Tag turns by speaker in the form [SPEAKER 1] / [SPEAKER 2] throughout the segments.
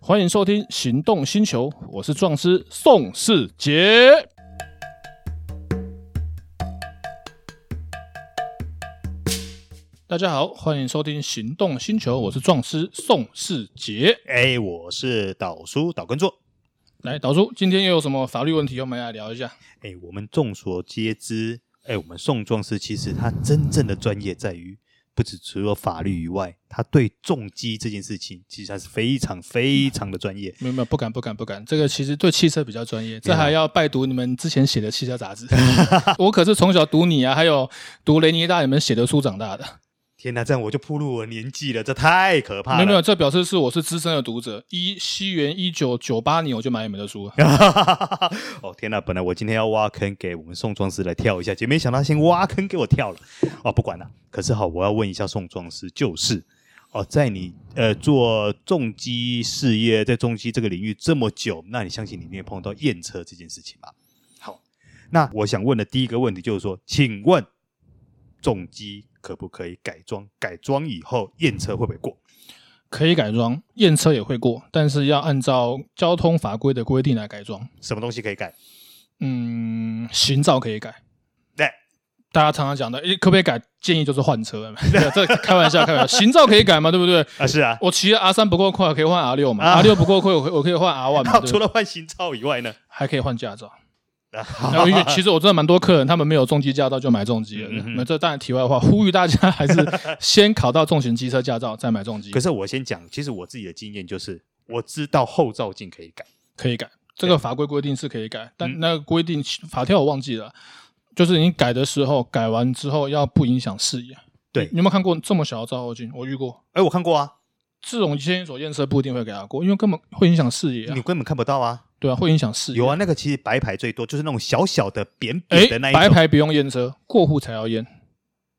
[SPEAKER 1] 欢迎收听《行动星球》，我是壮师宋世杰。大家好，欢迎收听《行动星球》，我是壮师宋世杰。
[SPEAKER 2] 哎，我是导叔导根座。
[SPEAKER 1] 来，导叔，今天又有什么法律问题，我们来聊一下。
[SPEAKER 2] 哎，我们众所皆知，哎，我们宋壮士其实他真正的专业在于，不止除了法律以外，他对重机这件事情，其实他是非常非常的专业。
[SPEAKER 1] 没有没有，不敢不敢不敢，这个其实对汽车比较专业，这还要拜读你们之前写的汽车杂志。我可是从小读你啊，还有读雷尼大你们写的书长大的。
[SPEAKER 2] 天哪，这样我就暴露我年纪了，这太可怕
[SPEAKER 1] 没
[SPEAKER 2] 了。
[SPEAKER 1] 有没有，这表示是我是资深的读者。一西元一九九八年我就买你们的书了，
[SPEAKER 2] 哦天哪！本来我今天要挖坑给我们宋壮士来跳一下，结果没想到他先挖坑给我跳了。哦，不管了。可是好，我要问一下宋壮士，就是哦，在你呃做重机事业，在重机这个领域这么久，那你相信你一定会碰到验车这件事情吧？好，那我想问的第一个问题就是说，请问重机可不可以改装？改装以后验车会不会过？
[SPEAKER 1] 可以改装，验车也会过，但是要按照交通法规的规定来改装。
[SPEAKER 2] 什么东西可以改？
[SPEAKER 1] 嗯，行照可以改，
[SPEAKER 2] 对，
[SPEAKER 1] 大家常常讲的，诶，可不可以改？建议就是换车， 没有这开玩笑，开玩笑。行照可以改吗？对不对？
[SPEAKER 2] 啊是啊。
[SPEAKER 1] 我骑了 R 三不够快，可以换 R 六嘛
[SPEAKER 2] 啊
[SPEAKER 1] ？R 六不够快，我可以我可以换 R one 嘛？对
[SPEAKER 2] 那
[SPEAKER 1] 不对
[SPEAKER 2] 除了换新照以外呢？
[SPEAKER 1] 还可以换驾 照。
[SPEAKER 2] 啊
[SPEAKER 1] 然后因为其实我真的蛮多客人，他们没有重机驾照就买重机了。
[SPEAKER 2] 嗯嗯嗯
[SPEAKER 1] 那这当然题外话，呼吁大家还是先考到重型机车驾照再买重机
[SPEAKER 2] 可，是我先讲，其实我自己的经验就是，我知道后照镜可以改，
[SPEAKER 1] 可以改。这个法规规定是可以
[SPEAKER 2] 嗯
[SPEAKER 1] 改，但那个规定法条我忘记了，就是你改的时候，改完之后要不影响视野。
[SPEAKER 2] 对
[SPEAKER 1] 你你有没有看过这么小的照后镜？我遇过。
[SPEAKER 2] 哎，我看过啊，
[SPEAKER 1] 这种牵引所验车不一定会给他过，因为根本会影响视野、啊
[SPEAKER 2] 你，根本看不到啊。
[SPEAKER 1] 对啊，会影响视野。
[SPEAKER 2] 有啊，那个其实白牌最多，就是那种小小的、扁
[SPEAKER 1] 哎
[SPEAKER 2] 扁的那，一种。
[SPEAKER 1] 白牌不用验车，过户才要验。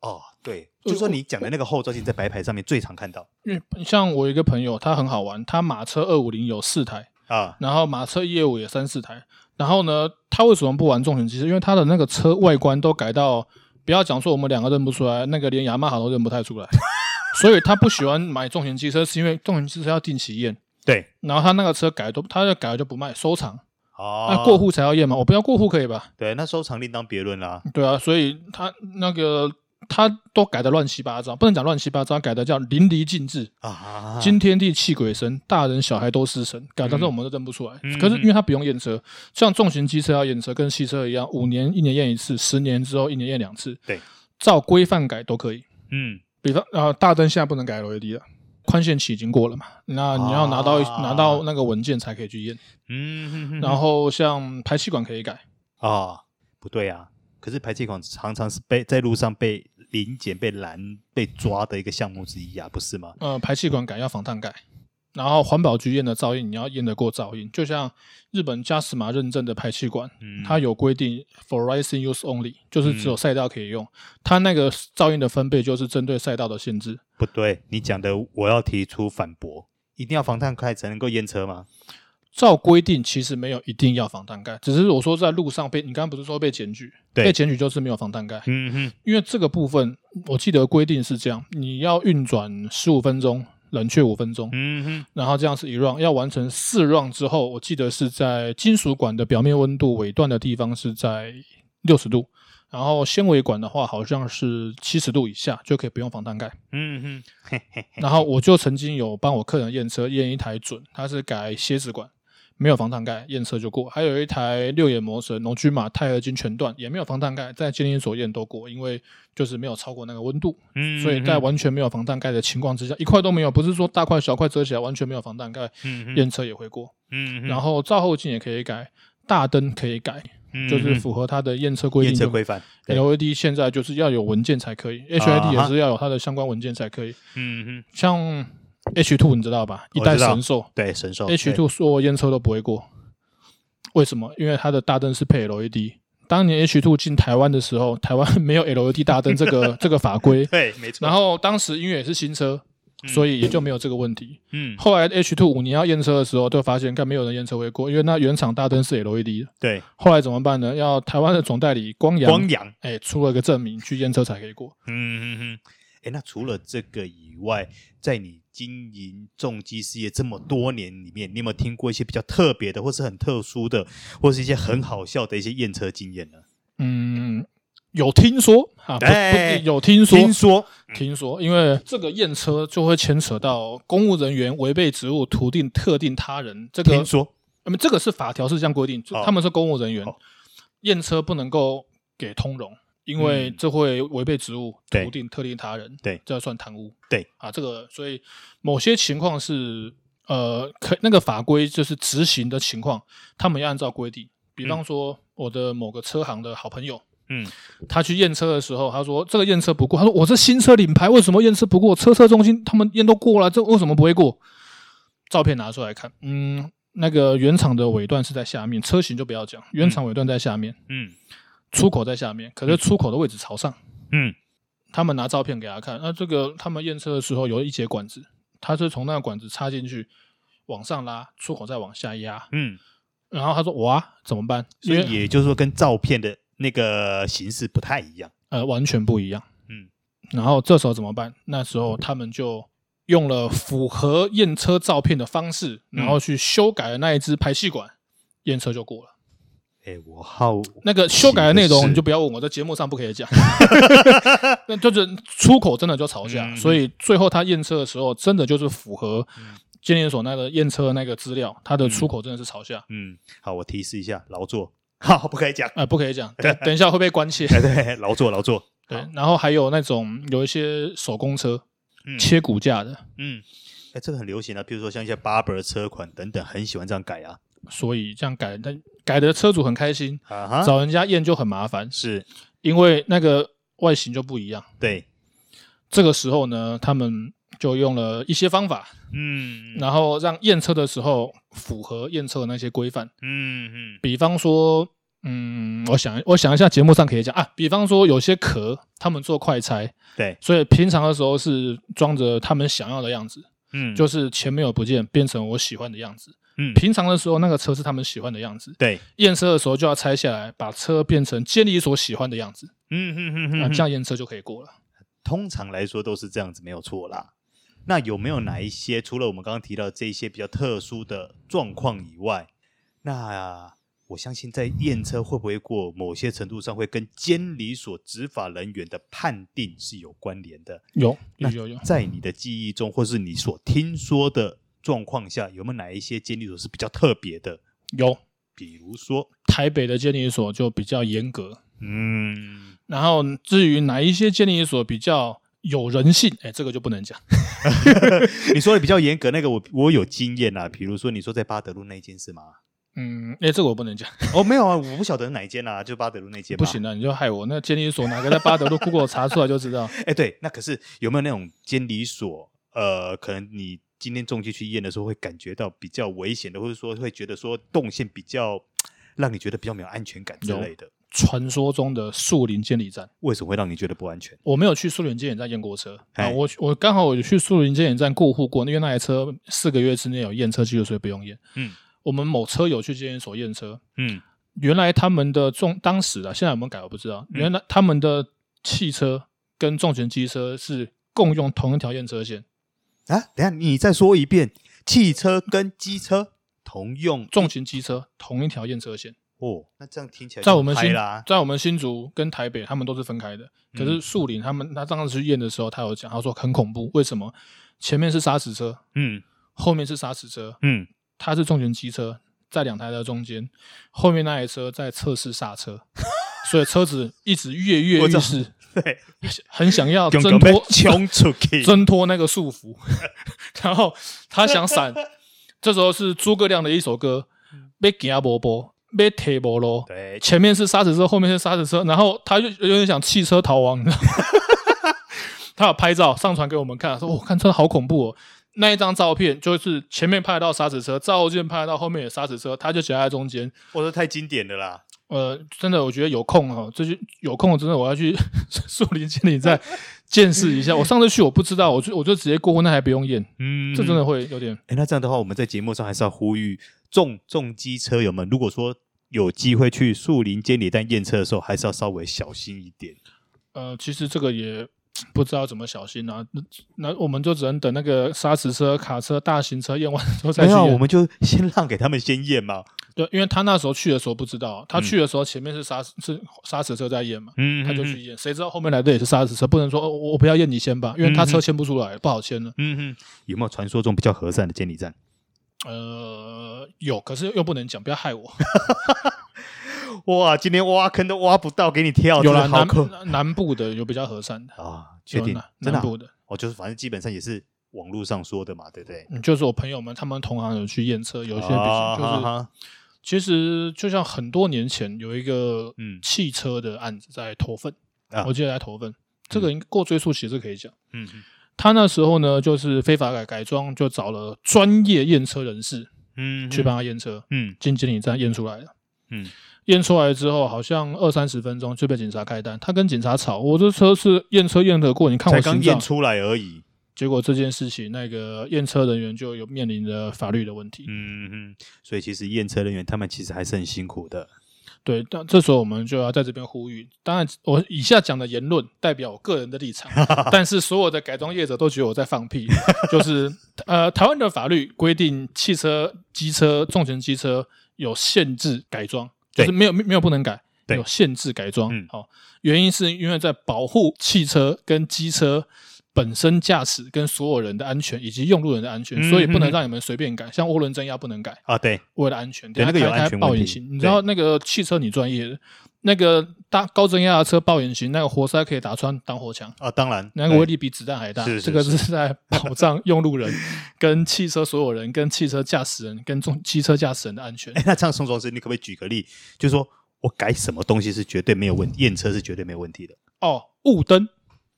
[SPEAKER 2] 哦，对，就是说你讲的那个后照镜在白牌上面最常看到
[SPEAKER 1] 因为嗯像我有一个朋友，他很好玩，他马车二五零有四台，
[SPEAKER 2] 啊。
[SPEAKER 1] 然后马车业务也三四台。然后呢，他为什么不玩重型机车？因为他的那个车外观都改到，不要讲说我们两个认不出来，那个连雅马哈都认不太出来。 所以他不喜欢买重型机车，是因为重型机车要定期验，
[SPEAKER 2] 对，
[SPEAKER 1] 然后他那个车改都，他要改了就不卖，收藏。
[SPEAKER 2] 哦，
[SPEAKER 1] 啊那过户才要验嘛，我不要过户可以吧？
[SPEAKER 2] 对，那收藏另当别论啦。
[SPEAKER 1] 对啊，所以他那个他都改的乱七八糟，不能讲乱七八糟，改的叫淋漓尽致。
[SPEAKER 2] 啊，
[SPEAKER 1] 惊天地泣鬼神，大人小孩都失神，感到这我们都认不出来。
[SPEAKER 2] 嗯
[SPEAKER 1] 可是因为它不用验车，像重型机车要验车，跟汽车一样，五年一年验一次，十年之后一年验两次。
[SPEAKER 2] 对，
[SPEAKER 1] 照规范改都可以。
[SPEAKER 2] 嗯，
[SPEAKER 1] 比方呃，大灯现在不能改 LED 了，宽限期已经过了嘛，那你要拿到、
[SPEAKER 2] 啊
[SPEAKER 1] 拿到那个文件才可以去验。
[SPEAKER 2] 嗯哼哼，
[SPEAKER 1] 然后像排气管可以改，
[SPEAKER 2] 啊，不对啊，可是排气管常常是被在路上被临检、被拦、被抓的一个项目之一啊，不是吗？
[SPEAKER 1] 呃，排气管改要防烫盖。然后环保局验的噪音，你要验得过噪音，就像日本加斯马认证的排气管，
[SPEAKER 2] 嗯，
[SPEAKER 1] 它有规定 for racing use only，就是只有赛道可以用。它那个噪音的分贝就是针对赛道的限制。
[SPEAKER 2] 不对，你讲的我要提出反驳，一定要防碳开才能够验车吗？
[SPEAKER 1] 照规定其实没有一定要防弹盖，只是我说在路上被你刚刚不是说被检举，
[SPEAKER 2] 对
[SPEAKER 1] 被检举就是没有防弹盖，
[SPEAKER 2] 嗯哼，
[SPEAKER 1] 因为这个部分我记得规定是这样，你要运转十五分钟，冷却五分钟。
[SPEAKER 2] 嗯哼，
[SPEAKER 1] 然后这样是一 round，要完成四 round 之后，我记得是在金属管的表面温度尾段的地方是在六十度，然后纤维管的话好像是七十度以下就可以不用防弹盖。
[SPEAKER 2] 嗯哼，嘿嘿嘿，
[SPEAKER 1] 然后我就曾经有帮我客人验车，验一台准，它是改蝎子管，没有防烫盖，验车就过。还有一台六眼魔神农居马钛合金全段，也没有防烫盖，在监理所验都过，因为就是没有超过那个温度，
[SPEAKER 2] 嗯
[SPEAKER 1] 所以在，完全没有防烫盖的情况之下，一块都没有，不是说大块小块遮起来，完全没有防烫盖，
[SPEAKER 2] 嗯哼，
[SPEAKER 1] 验车也会过。
[SPEAKER 2] 嗯哼，
[SPEAKER 1] 然后照后镜也可以改，大灯可以改，就是符合它的验车规
[SPEAKER 2] 嗯验
[SPEAKER 1] 定
[SPEAKER 2] 车
[SPEAKER 1] 就。
[SPEAKER 2] 规范，对
[SPEAKER 1] LED 现在就是要有文件才可以
[SPEAKER 2] 啊
[SPEAKER 1] ，HID 也
[SPEAKER 2] 哈
[SPEAKER 1] 是要有它的相关文件才可以。
[SPEAKER 2] 嗯哼，
[SPEAKER 1] 像 H two 你知道吧？一
[SPEAKER 2] 我
[SPEAKER 1] 代
[SPEAKER 2] 哦知道
[SPEAKER 1] 神兽
[SPEAKER 2] 对，神兽
[SPEAKER 1] H two 所有验车都不会过，为什么？因为它的大灯是配 LED。当年 H two 进台湾的时候，台湾没有 LED 大灯这 个这个法规，
[SPEAKER 2] 对，对没错，
[SPEAKER 1] 然后当时因为也是新车，所以也就没有这个问题。
[SPEAKER 2] 嗯，
[SPEAKER 1] 后来 H two 五年要验车的时候，就发现干没有人验车会过，因为那原厂大灯是 LED 的。
[SPEAKER 2] 对，
[SPEAKER 1] 后来怎么办呢？要台湾的总代理光阳，
[SPEAKER 2] 光阳，嗯
[SPEAKER 1] 哎出了个证明去验车才可以过。
[SPEAKER 2] 嗯哼哼，诶，那除了这个以外，在你经营重机事业这么多年里面，你有没有听过一些比较特别的，或是很特殊的，或是一些很好笑的一些验车经验呢？
[SPEAKER 1] 嗯，有听说啊，不
[SPEAKER 2] 哎
[SPEAKER 1] 不有听说，
[SPEAKER 2] 听说
[SPEAKER 1] 听说，因为这个验车就会牵扯到公务人员违背职务图定特定他人，这个
[SPEAKER 2] 听说
[SPEAKER 1] 那么这个是法条是这样规定，就
[SPEAKER 2] 哦
[SPEAKER 1] 他们是公务人员
[SPEAKER 2] 哦，
[SPEAKER 1] 验车不能够给通融，因为
[SPEAKER 2] 嗯
[SPEAKER 1] 这会违背职务
[SPEAKER 2] 对
[SPEAKER 1] 图定特定他人，
[SPEAKER 2] 对
[SPEAKER 1] 这算贪污，
[SPEAKER 2] 对
[SPEAKER 1] 啊，这个所以某些情况是呃，可那个法规就是执行的情况，他们要按照规定，比方说我的某个车行的好朋友。
[SPEAKER 2] 嗯，
[SPEAKER 1] 他去验车的时候，他说这个验车不过，他说我这新车领牌为什么验车不过？车测中心他们验都过了，这为什么不会过？照片拿出来看，嗯，那个原厂的尾段是在下面，车型就不要讲，原厂尾段在下面，
[SPEAKER 2] 嗯
[SPEAKER 1] 出口在下面，可是出口的位置朝上。
[SPEAKER 2] 嗯
[SPEAKER 1] 他们拿照片给他看，那这个他们验车的时候有一节管子，他是从那个管子插进去，往上拉，出口再往下压。
[SPEAKER 2] 嗯，
[SPEAKER 1] 然后他说哇，怎么办？
[SPEAKER 2] 所
[SPEAKER 1] 因
[SPEAKER 2] 以
[SPEAKER 1] 为
[SPEAKER 2] 也就是说跟照片的那个形式不太一样。
[SPEAKER 1] 呃完全不一样。
[SPEAKER 2] 嗯，
[SPEAKER 1] 然后这时候怎么办？那时候他们就用了符合验车照片的方式，然
[SPEAKER 2] 嗯
[SPEAKER 1] 后去修改了那一只排气管，验车就过了。
[SPEAKER 2] 哎，我好
[SPEAKER 1] 那个修改的内
[SPEAKER 2] 是
[SPEAKER 1] 容你就不要问我，在节目上不可以 讲。那就是出口真的就吵架，
[SPEAKER 2] 嗯
[SPEAKER 1] 所以最后他验车的时候，真的就是符合监研所那个验车的那个资料，它的出口真的是朝下。
[SPEAKER 2] 嗯，好，我提示一下，劳作，好，不可以讲，
[SPEAKER 1] 呃，不可以讲，等等一下会被关 切。
[SPEAKER 2] 哎，对，劳作，劳作，
[SPEAKER 1] 对，然后还有那种有一些手工车
[SPEAKER 2] 嗯
[SPEAKER 1] 切骨架的，
[SPEAKER 2] 嗯，哎，这个很流行啊，比如说像一些 Barber 车款等等，很喜欢这样改啊，
[SPEAKER 1] 所以这样改，但改的车主很开心，
[SPEAKER 2] 啊哈，
[SPEAKER 1] 找人家验就很麻烦，
[SPEAKER 2] 是，
[SPEAKER 1] 因为那个外形就不一样。
[SPEAKER 2] 对，
[SPEAKER 1] 这个时候呢，他们就用了一些方法，
[SPEAKER 2] 嗯，
[SPEAKER 1] 然后让验车的时候符合验车的那些规范，
[SPEAKER 2] 嗯嗯
[SPEAKER 1] 比方说，嗯，我想我想一下，节目上可以讲啊，比方说有些壳他们做快拆，
[SPEAKER 2] 对，
[SPEAKER 1] 所以平常的时候是装着他们想要的样子，
[SPEAKER 2] 嗯，
[SPEAKER 1] 就是前面有不见变成我喜欢的样子。
[SPEAKER 2] 嗯，
[SPEAKER 1] 平常的时候那个车是他们喜欢的样子，
[SPEAKER 2] 对，
[SPEAKER 1] 验车的时候就要拆下来，把车变成监理所喜欢的样子，
[SPEAKER 2] 嗯嗯
[SPEAKER 1] 那、
[SPEAKER 2] 嗯嗯，
[SPEAKER 1] 这样验车就可以过了。
[SPEAKER 2] 通常来说都是这样子，没有错啦。那有没有哪一些除了我们刚刚提到这一些比较特殊的状况以外，那我相信在验车会不会过，某些程度上会跟监理所执法人员的判定是有关联的。
[SPEAKER 1] 有有
[SPEAKER 2] 那
[SPEAKER 1] 有有，
[SPEAKER 2] 在你的记忆中，或是你所听说的状况下，有没有哪一些监理所是比较特别的？
[SPEAKER 1] 有
[SPEAKER 2] 比如说，
[SPEAKER 1] 台北的监理所就比较严格，
[SPEAKER 2] 嗯，
[SPEAKER 1] 然后至于哪一些监理所比较有人性，哎，这个就不能讲。
[SPEAKER 2] 你说的比较严格那个我，我有经验啊。比如说，你说在巴德路那一件事吗？
[SPEAKER 1] 嗯，哎，这个我不能讲，
[SPEAKER 2] 哦，没有啊，我不晓得哪一间啊，就巴德路那间。
[SPEAKER 1] 不行。啊了，你就害我。那监理所哪个在巴德路？Google 查出来就 知道。
[SPEAKER 2] 哎，对，那可是有没有那种监理所？呃，可能你今天重机去验的时候，会感觉到比较危险的，或者说会觉得说动线比较让你觉得比较没有安全感之
[SPEAKER 1] 有
[SPEAKER 2] 类的。
[SPEAKER 1] 传说中的树林监理站，
[SPEAKER 2] 为什么会让你觉得不安全？
[SPEAKER 1] 我没有去树林监理站验过车啊，
[SPEAKER 2] 哎
[SPEAKER 1] 我我刚好我去树林监理站过户过，因为那台车四个月之内有验车记录，所以不用验。
[SPEAKER 2] 嗯
[SPEAKER 1] 我们某车友去监理所验车，
[SPEAKER 2] 嗯
[SPEAKER 1] 原来他们的重当时啊的，现在有没有改我不知道，
[SPEAKER 2] 嗯
[SPEAKER 1] 原来他们的汽车跟重型机车是共用同一条验车线，
[SPEAKER 2] 啊，等一下你再说一遍，汽车跟机车同用
[SPEAKER 1] 重型机车同一条验车线。
[SPEAKER 2] 哦，那这样听起来
[SPEAKER 1] 在
[SPEAKER 2] 就
[SPEAKER 1] 我们
[SPEAKER 2] 嗨
[SPEAKER 1] 新
[SPEAKER 2] 啦，嗯
[SPEAKER 1] 在我们新竹跟台北，他们都是分开的。可是树林他们他上次去验的时候，他有讲，他说很恐怖，为什么？前面是砂石车，
[SPEAKER 2] 嗯
[SPEAKER 1] 后面是砂石车，
[SPEAKER 2] 嗯，
[SPEAKER 1] 它是重型机车，在两台车中间，后面那台车在测试刹 车，所以车子一直跃跃
[SPEAKER 2] 我知
[SPEAKER 1] 欲
[SPEAKER 2] 道
[SPEAKER 1] 试，
[SPEAKER 2] 对，
[SPEAKER 1] 很想要
[SPEAKER 2] 用
[SPEAKER 1] 挣
[SPEAKER 2] 被
[SPEAKER 1] 脱
[SPEAKER 2] 冲出去，
[SPEAKER 1] 挣脱那个束 缚，然后他想闪，这时候是诸葛亮的一首歌，
[SPEAKER 2] 嗯
[SPEAKER 1] 被给阿伯伯，被铁伯罗，
[SPEAKER 2] 对，
[SPEAKER 1] 前面是砂石车，后面是砂石车，然后他就有点想弃车逃亡，你知道吗？ 他有拍照上传给我们看，说我、哦、看真的好恐怖哦。那一张照片就是前面拍得到砂石车，照片拍得到后面也砂石车，他就夹在中间。
[SPEAKER 2] 我说太经典了啦，
[SPEAKER 1] 呃，真的，我觉得有空哦，这就有空，真的我要去 树林监理站见识一下。我上次去我不知道，我就我就直接过户，那还不用验，
[SPEAKER 2] 嗯
[SPEAKER 1] 这真的会有点
[SPEAKER 2] 哎、那这样的话，我们在节目上还是要呼吁重重机车友们，如果说有机会去树林监理站验车的时候，还是要稍微小心一点。
[SPEAKER 1] 呃，其实这个也不知道怎么小心啊。那那我们就只能等那个砂石车、卡车、大型车验完之后再
[SPEAKER 2] 没
[SPEAKER 1] 去
[SPEAKER 2] 有啊，
[SPEAKER 1] 验。
[SPEAKER 2] 我们就先 让给他们先验嘛。
[SPEAKER 1] 对，因为他那时候去的时候不知道，他去的时候前面是砂是砂石车在验嘛，
[SPEAKER 2] 嗯，
[SPEAKER 1] 他就去验，谁知道后面来的也是砂石车，不能说、哦、我我不要验你先吧，
[SPEAKER 2] 嗯
[SPEAKER 1] 因为他车签不出来，不好签了。
[SPEAKER 2] 嗯嗯，有没有传说中比较和善的监理站？
[SPEAKER 1] 呃，有，可是又不能讲，不要害我。
[SPEAKER 2] 哇，今天挖坑都挖不到，给你跳，
[SPEAKER 1] 有
[SPEAKER 2] 哦真
[SPEAKER 1] 了
[SPEAKER 2] 的好可
[SPEAKER 1] 南南部的有比较和善的，
[SPEAKER 2] 啊！确
[SPEAKER 1] 有
[SPEAKER 2] 定
[SPEAKER 1] 南
[SPEAKER 2] 真
[SPEAKER 1] 南
[SPEAKER 2] 的啊
[SPEAKER 1] 部的，
[SPEAKER 2] 哦，就是反正基本上也是网络上说的嘛，对不对？
[SPEAKER 1] 嗯，就是我朋友们他们同行有去验车，有些比较
[SPEAKER 2] 啊
[SPEAKER 1] 就是、
[SPEAKER 2] 哈哈
[SPEAKER 1] 其实就像很多年前有一个
[SPEAKER 2] 嗯
[SPEAKER 1] 汽车的案子在头份，
[SPEAKER 2] 啊
[SPEAKER 1] 我记得在头份，这个应该过追溯其实可以讲。
[SPEAKER 2] 嗯嗯
[SPEAKER 1] 他那时候呢，就是非法改改装，就找了专业验车人士
[SPEAKER 2] 嗯，
[SPEAKER 1] 去帮他验车，
[SPEAKER 2] 嗯
[SPEAKER 1] 进监理站验出来了。
[SPEAKER 2] 嗯
[SPEAKER 1] 验出来之后，好像二三十分钟就被警察开单。他跟警察吵：“我这车是验车验得过，你看我
[SPEAKER 2] 才刚
[SPEAKER 1] 行
[SPEAKER 2] 验
[SPEAKER 1] 照。
[SPEAKER 2] 出来而已。”
[SPEAKER 1] 结果这件事情，那个验车人员就有面临着法律的问题。
[SPEAKER 2] 嗯嗯，所以其实验车人员他们其实还是很辛苦的。
[SPEAKER 1] 对，但这时候我们就要在这边呼吁。当然，我以下讲的言论代表我个人的立 场，但是所有的改装业者都觉得我在放屁。就是呃，台湾的法律规定，汽车、机车、重型机车有限制改装，就
[SPEAKER 2] 对
[SPEAKER 1] 是没有没有不能改，
[SPEAKER 2] 对
[SPEAKER 1] 有限制改装。
[SPEAKER 2] 嗯
[SPEAKER 1] 哦，原因是因为在保护汽车跟机车。本身驾驶跟所有人的安全以及用路人的安全，
[SPEAKER 2] 嗯
[SPEAKER 1] 所以不能
[SPEAKER 2] 嗯
[SPEAKER 1] 让你们随便改。像涡轮增压不能改，
[SPEAKER 2] 啊，对，
[SPEAKER 1] 为了安全，
[SPEAKER 2] 对那个
[SPEAKER 1] 等下
[SPEAKER 2] 有
[SPEAKER 1] 开
[SPEAKER 2] 安
[SPEAKER 1] 开
[SPEAKER 2] 全
[SPEAKER 1] 爆
[SPEAKER 2] 问
[SPEAKER 1] 眼
[SPEAKER 2] 题
[SPEAKER 1] 型，你知道那个汽车你专业的，那个大高增压的车爆眼型，那个活塞可以打穿挡火墙，
[SPEAKER 2] 啊，当然，
[SPEAKER 1] 那个威力比子弹还大。
[SPEAKER 2] 是是
[SPEAKER 1] 这个是在保障用路人、跟汽车所有人、跟汽车驾驶人、跟中汽车驾驶人的安全
[SPEAKER 2] 哎。，那这样宋庄师，你可不可以举个例，就是说我改什么东西是绝对没有问题，验车是绝对没有问题的？
[SPEAKER 1] 哦，雾灯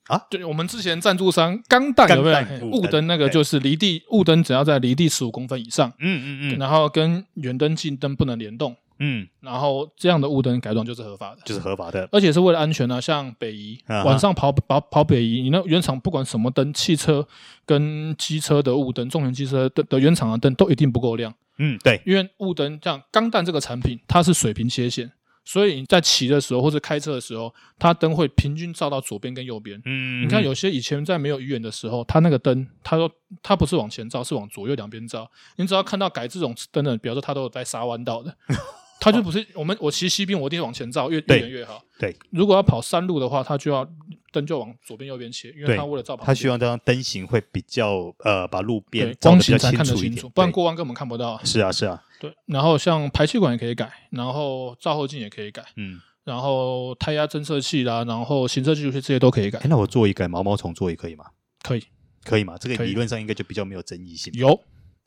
[SPEAKER 2] 啊
[SPEAKER 1] 对，我们之前赞助商钢弹
[SPEAKER 2] 钢
[SPEAKER 1] 有没有
[SPEAKER 2] 弹
[SPEAKER 1] 嘿
[SPEAKER 2] 雾
[SPEAKER 1] 雾
[SPEAKER 2] 灯
[SPEAKER 1] 灯？那个
[SPEAKER 2] 对
[SPEAKER 1] 就是离地雾灯，只要在离地十五公分以上，
[SPEAKER 2] 嗯
[SPEAKER 1] 然后跟远灯、近灯不能联动，
[SPEAKER 2] 嗯，
[SPEAKER 1] 然后这样的雾灯改装就是合法的。
[SPEAKER 2] 就是合法的。
[SPEAKER 1] 而且是为了安全啊，像北宜、
[SPEAKER 2] 啊哈
[SPEAKER 1] 晚上跑跑跑北宜，你那原厂不管什么灯，汽车跟机车的雾灯、重型机车的的原厂的灯都一定不够亮，
[SPEAKER 2] 嗯，对，
[SPEAKER 1] 因为雾灯像钢弹这个产品，它是水平切线，所以你在骑的时候或者开车的时候，它灯会平均照到左边跟右边。
[SPEAKER 2] 嗯
[SPEAKER 1] 你看，有些以前在没有鱼眼的时候，它那个灯，它都它不是往前照，是往左右两边照。你只要看到改这种灯的，比方说它都有在沙湾道 的，它就不是我们我骑西边，我一定往前照，越越
[SPEAKER 2] 对
[SPEAKER 1] 远越好。
[SPEAKER 2] 对，
[SPEAKER 1] 如果要跑山路的话，它就要灯就往左边右边切，因为
[SPEAKER 2] 对
[SPEAKER 1] 它为了照旁边，
[SPEAKER 2] 他希望这样灯型会比较呃，把路
[SPEAKER 1] 对
[SPEAKER 2] 变照
[SPEAKER 1] 光
[SPEAKER 2] 得比
[SPEAKER 1] 型
[SPEAKER 2] 较
[SPEAKER 1] 才看得
[SPEAKER 2] 楚一
[SPEAKER 1] 清
[SPEAKER 2] 点
[SPEAKER 1] 楚，。不然
[SPEAKER 2] 对
[SPEAKER 1] 过弯根本看不到啊。
[SPEAKER 2] 是啊是啊，
[SPEAKER 1] 对，然后像排气管也可以改，然后照后镜也可以改，
[SPEAKER 2] 嗯，
[SPEAKER 1] 然后胎压侦测器啦，然后行车记录器这些都可以改
[SPEAKER 2] 哎，，那我做一个毛毛虫座椅可以吗？
[SPEAKER 1] 可以
[SPEAKER 2] 可以吗？这
[SPEAKER 1] 可
[SPEAKER 2] 个
[SPEAKER 1] 以
[SPEAKER 2] 理论上应该就比较没有争议性
[SPEAKER 1] 有。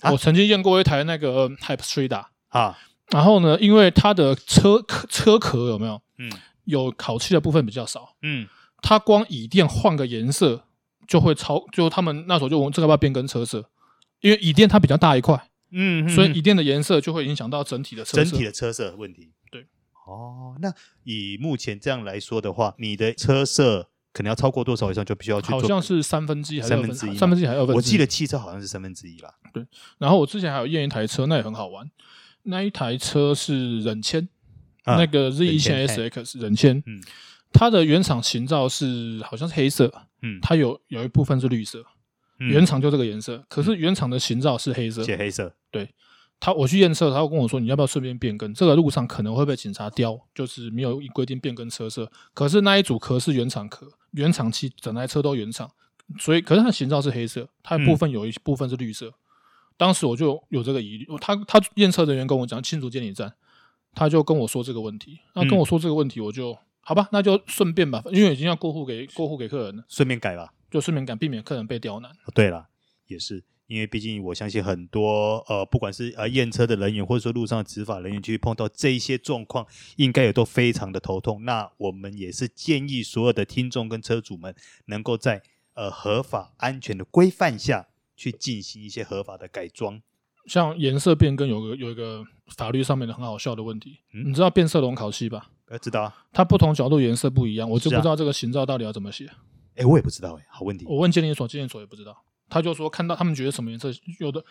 [SPEAKER 2] 啊
[SPEAKER 1] 我曾经验过一台那个呃 Hype Strada，
[SPEAKER 2] 啊。
[SPEAKER 1] 然后呢，因为它的车壳车壳有没有
[SPEAKER 2] 嗯
[SPEAKER 1] 有烤漆的部分比较少，
[SPEAKER 2] 嗯，
[SPEAKER 1] 它光椅垫换个颜色就会超，就他们那时候就问这个要不要变更车色，因为椅垫它比较大一块，
[SPEAKER 2] 嗯
[SPEAKER 1] 所以椅垫的颜色就会影响到整体的车
[SPEAKER 2] 整
[SPEAKER 1] 色。
[SPEAKER 2] 体的车色问题。
[SPEAKER 1] 对，
[SPEAKER 2] 哦，那以目前这样来说的话，你的车色可能要超过多少以上，就必须要去做。
[SPEAKER 1] 好像是三分之一还是二
[SPEAKER 2] 三分之一嘛
[SPEAKER 1] 三分之一还是二分之一？
[SPEAKER 2] 我记得。汽车好像是三分之一吧。
[SPEAKER 1] 然后我之前还有验一台车，那也很好玩。那一台车是忍谦，
[SPEAKER 2] 啊
[SPEAKER 1] 那个 Z 一
[SPEAKER 2] 忍
[SPEAKER 1] 千
[SPEAKER 2] 谦
[SPEAKER 1] SX 忍谦，
[SPEAKER 2] 嗯
[SPEAKER 1] 它的原厂型照是好像是黑色，
[SPEAKER 2] 嗯，
[SPEAKER 1] 它有有一部分是绿色，
[SPEAKER 2] 嗯
[SPEAKER 1] 原厂就这个颜色。可是原厂的型照是黑色，
[SPEAKER 2] 写黑色。
[SPEAKER 1] 他我去验车，他会跟我说你要不要顺便变更，这个路上可能会被警察叼，就是没有规定变更车色。可是那一组壳是原厂壳，原厂漆，整台车都原厂，所以可是它的型照是黑色，它的部分有一部分是绿色。当时我就有这个疑虑，他他验车人员跟我讲新竹监理站，他就跟我说这个问题，那跟我说这个问题，我就、好吧，那就顺便吧，因为已经要过户给过户给客人了，
[SPEAKER 2] 顺便改吧。
[SPEAKER 1] 就顺便赶避免客人被刁难。
[SPEAKER 2] 哦对了，也是。因为毕竟我相信很多呃，不管是呃验车的人员，或者说路上的执法人员，去碰到这一些状况，应该也都非常的头痛。那我们也是建议所有的听众跟车主们，能够在呃合法安全的规范下去进行一些合法的改装。
[SPEAKER 1] 像颜色变更有个有一个法律上面的很好笑的问题，
[SPEAKER 2] 嗯
[SPEAKER 1] 你知道变色龙烤漆吧？
[SPEAKER 2] 要知道啊？
[SPEAKER 1] 它不同角度颜色不一样，我就是不
[SPEAKER 2] 啊
[SPEAKER 1] 知道这个行照到底要怎么写。
[SPEAKER 2] 哎，我也不知道哎、好问题。
[SPEAKER 1] 我问鉴定所，鉴定所也不知道。他就说看到他们觉得什么颜色，有的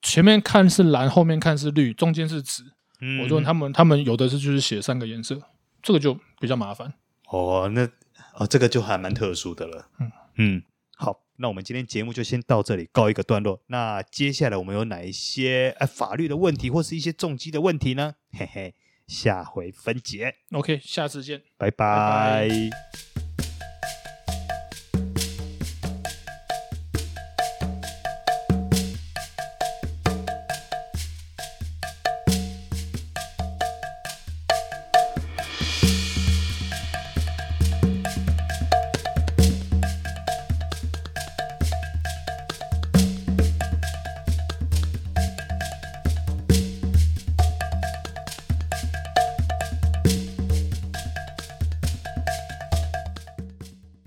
[SPEAKER 1] 前面看是蓝，后面看是绿，中间是紫。
[SPEAKER 2] 嗯
[SPEAKER 1] 我就问他们，他们有的是就是写三个颜色，这个就比较麻烦。
[SPEAKER 2] 哦，那哦，这个就还蛮特殊的了。
[SPEAKER 1] 嗯，
[SPEAKER 2] 嗯，好，那我们今天节目就先到这里告一个段落。那接下来我们有哪一些呃法律的问题或是一些重击的问题呢？嘿嘿，下回分解，
[SPEAKER 1] OK，下次见。
[SPEAKER 2] 拜
[SPEAKER 1] 拜
[SPEAKER 2] 拜